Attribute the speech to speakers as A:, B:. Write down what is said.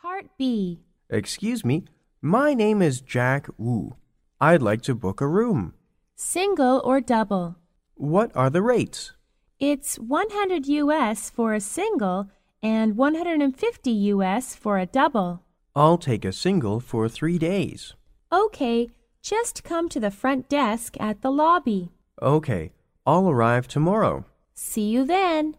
A: Part B.
B: Excuse me, my name is Jack Wu. I'd like to book a room.
A: Single or double.
B: What are the rates?
A: It's 100 US for a single and 150 US for a double.
B: I'll take a single for three days.
A: Okay, just come to the front desk at the lobby.
B: Okay, I'll arrive tomorrow.
A: See you then.